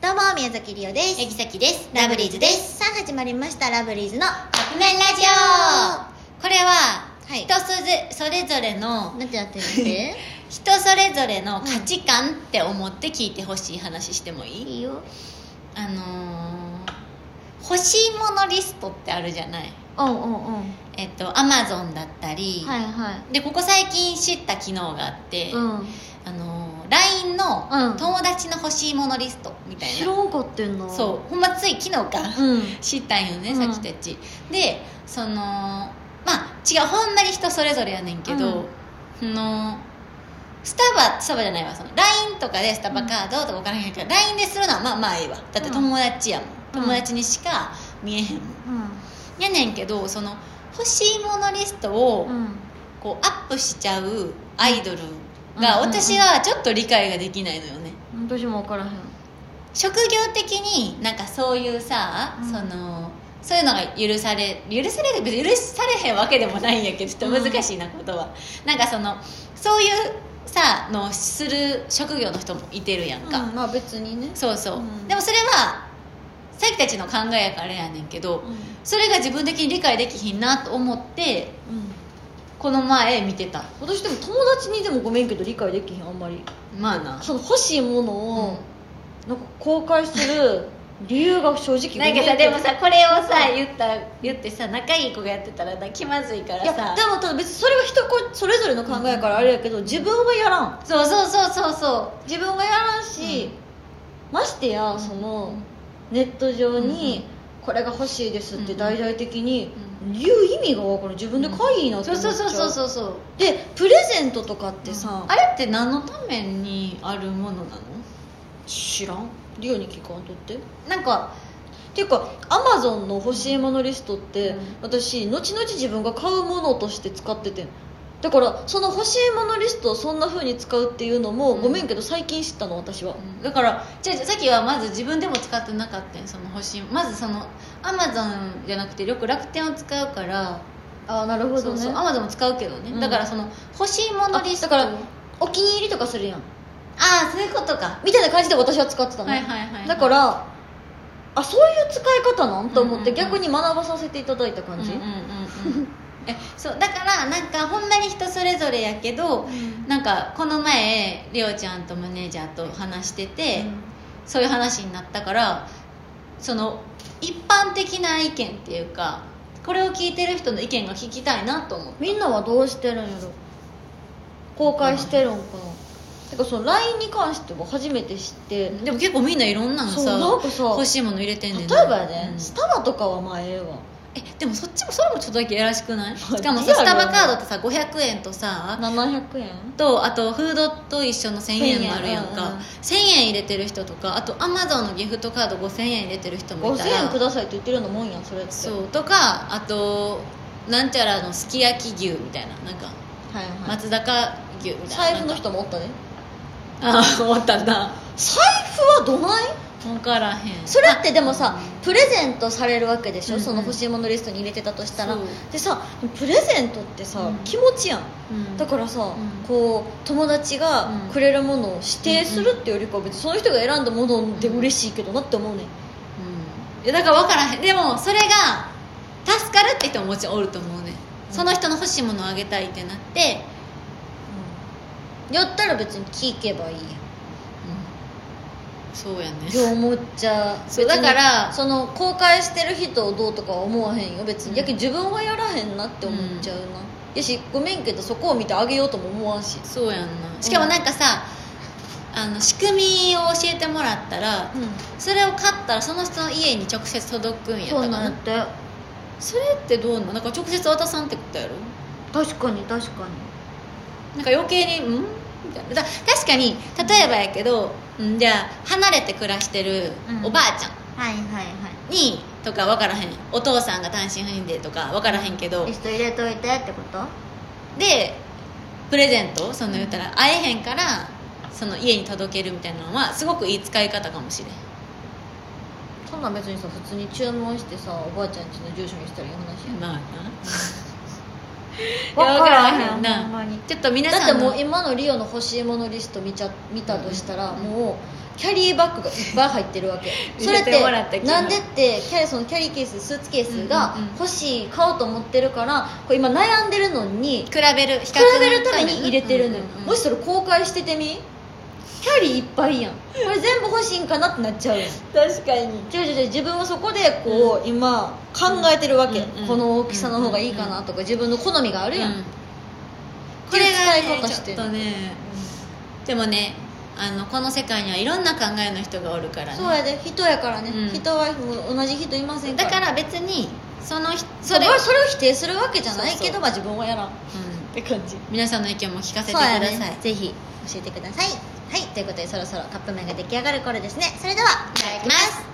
どうも宮崎りおですえぎさきですラブリーズですさあ始まりましたラブリーズの「革面ラジオ」これははい人それそれぞれのなんてなってなって 人それぞれの価値観って思って聞いてほしい話してもいい、いいよあのー欲しいものリストってあるじゃないうんうんうんえっとアマゾンだったり、はいはでここ最近知った機能があって、いうんあのー LINE うんの友達の欲しいものリストみたい知な、らんかってんなそうほんまつい昨日か、うん知ったんよね、うんさきたちでそのまあ違うほんまに人それぞれやねんけど、うんそのスタバスタバじゃないわその LINE とかでスタバカードとか分からへんけど LINE でするのはまあまあええわだって友達やもん、うん友達にしか見えへんもんうやねんけどその欲しいものリストをんうんこうアップしちゃうアイドルがうんうんうん私はちょっと理解ができないのよね、私も分からへん職業的になんかそういうさ、うんそのそういうのが許され許される別に許されへんわけでもないんやけどちょっと難しいなことは、なんかそのそういうさのをする職業の人もいてるやんか、うんまあ別にねそうそう、うんでもそれはさっきたちの考えやからやねんけど、それが自分的に理解できひんなと思ってうんうんこの前見てた私でも友達にでもごめんけど理解できへんあんまりまあなその欲しいものをなんか公開する理由が正直なんかごめさんけでどもさこれをさ言った言ってさ仲いい子がやってたらな気まずいからいさやでもただ別にそれは人こそれぞれの考えやからあれやけど自分はやらんそうそうそうそうそ自分はやらんし、ましてやそのネット上にこれが欲しいですって大々的に言う意味が分からん自分で可愛いなうってそ思うっちゃそううそうそうそうそうでプレゼントとかってさ、あれって何のためにあるものなの知らんリオに聞かんとってなんかっていうかアマゾンの欲しいものリストって、うん私後々自分が買うものとして使っててんだからその欲しいものリストをそんな風に使うっていうのも、うんごめんけど最近知ったの私はだからじゃあじゃあさっきはまず自分でも使ってなかったんその欲しいまずそのアマゾンじゃなくてよく楽天を使うからああなるほそうそうアマゾンも使うけどね、うんだからその欲しいものリストだからお気に入りとかするやんああそういうことかみたいな感じで私は使ってたの、はいはいはいだからあそういう使い方なんと思って、うんうんうん逆に学ばさせていただいた感じ、うんうんうんうんえそうだからなんかほんまに人それぞれやけど、んなんかこの前りおちゃんとマネージャーと話してて、うんそういう話になったからその一般的な意見っていうかこれを聞いてる人の意見が聞きたいなと思ってみんなはどうしてるんやろ公開してるんかな、てかその LINE に関しては初めて知って、でも結構みんないろんなのそうなんかささ欲しいもの入れてん例ねえんなばやね、うんスタバとかはまあええわえでもそっちもそれもちょっとだけやらしくなまいあしかもリさアルやスタなバカードってさ500円とさ700円とあとフードと一緒の1000 1000円円もあるやんうんかうん1000円入れてる人とかあとアマゾンのギフトカード5000円入れてる人もいた5000円くらださいって言ってるようなもんやんそれってそうとかあとなんちゃらのすき焼き牛みたいななんかはいはい、松坂牛みたい財な布の人もおったねああ思ったんだ財布はどない分からへんそれってでもさプレゼントされるわけでしょ、うんうんその欲しいものリストに入れてたとしたらそうでさプレゼントってさ、うん気持ちやんうんだからさ、んこう友達がうんくれるものを指定するっていうよりかは別にその人が選んだもので嬉しいけどなって思うねんうんいやだから分からへんでもそれが助かるって人ももちろんおると思うねその人の欲しいものをあげたいってなって、やったら別に聞けばいいやんうん、そうやねって思っちゃうそう別にだからその公開してる人をどうとかは思わへんよ別にやけん自分はやらへんなって思っちゃうな、やしごめんけどそこを見てあげようとも思わんしそうやんなしかもなんかさ、あの仕組みを教えてもらったらうそれを買ったらその人の家に直接届くんんやったかなてそれってどうなのなんか直接渡さんってことやろ確かに確かなんか余計に「ん?」みたいなだ確かに例えばやけど、うん、じゃあ離れて暮らしてるうんおばあちゃんにはいはいに、とか分からへんお父さんが単身赴任でとか分からへんけどリスト入れといてってことでプレゼントその言ったら会えへんからその家に届けるみたいなのはすごくいい使い方かもしれんそんなん別にさ普通に注文してさおばあちゃん家の住所にしたらいい話やんまあな わからへんわほんまにちょっと皆だってさんものう今のリオの欲しいものリスト見ちゃ見たとしたら、うんもうキャリーバッグがいっぱい入ってる わけそれっ入れてもらったて昨日なんでってキャリーそのキャリーケーススーツケースがうんうんうん欲しい買おうと思ってるからこれ今悩んでるのに比べる比比べるために入れてるのよ、もしそれ公開しててみキャリーいっぱいやんこれ全部欲しいんかなってなっちゃうやん確かに違う違う違う自分はそこでこう、今考えてるわけ、うんうんこの大きさの方がいいかなとか自分の好みがあるやん、これ使いが、ね、方しちてょっるとねでもねあのこの世界にはいろんな考えの人がおるからねそうやで人やからね、うん人はもう同じ人いませんかだらから別にその人そそれれ、はそれを否定するわけじゃないけそうそどうまあ自分はやらんっうてん感じ皆さんの意見も聞かせてそうくださやい、ねぜひ教えてくださいはいということでそろそろカップ麺が出来上がる頃ですねそれではいただきます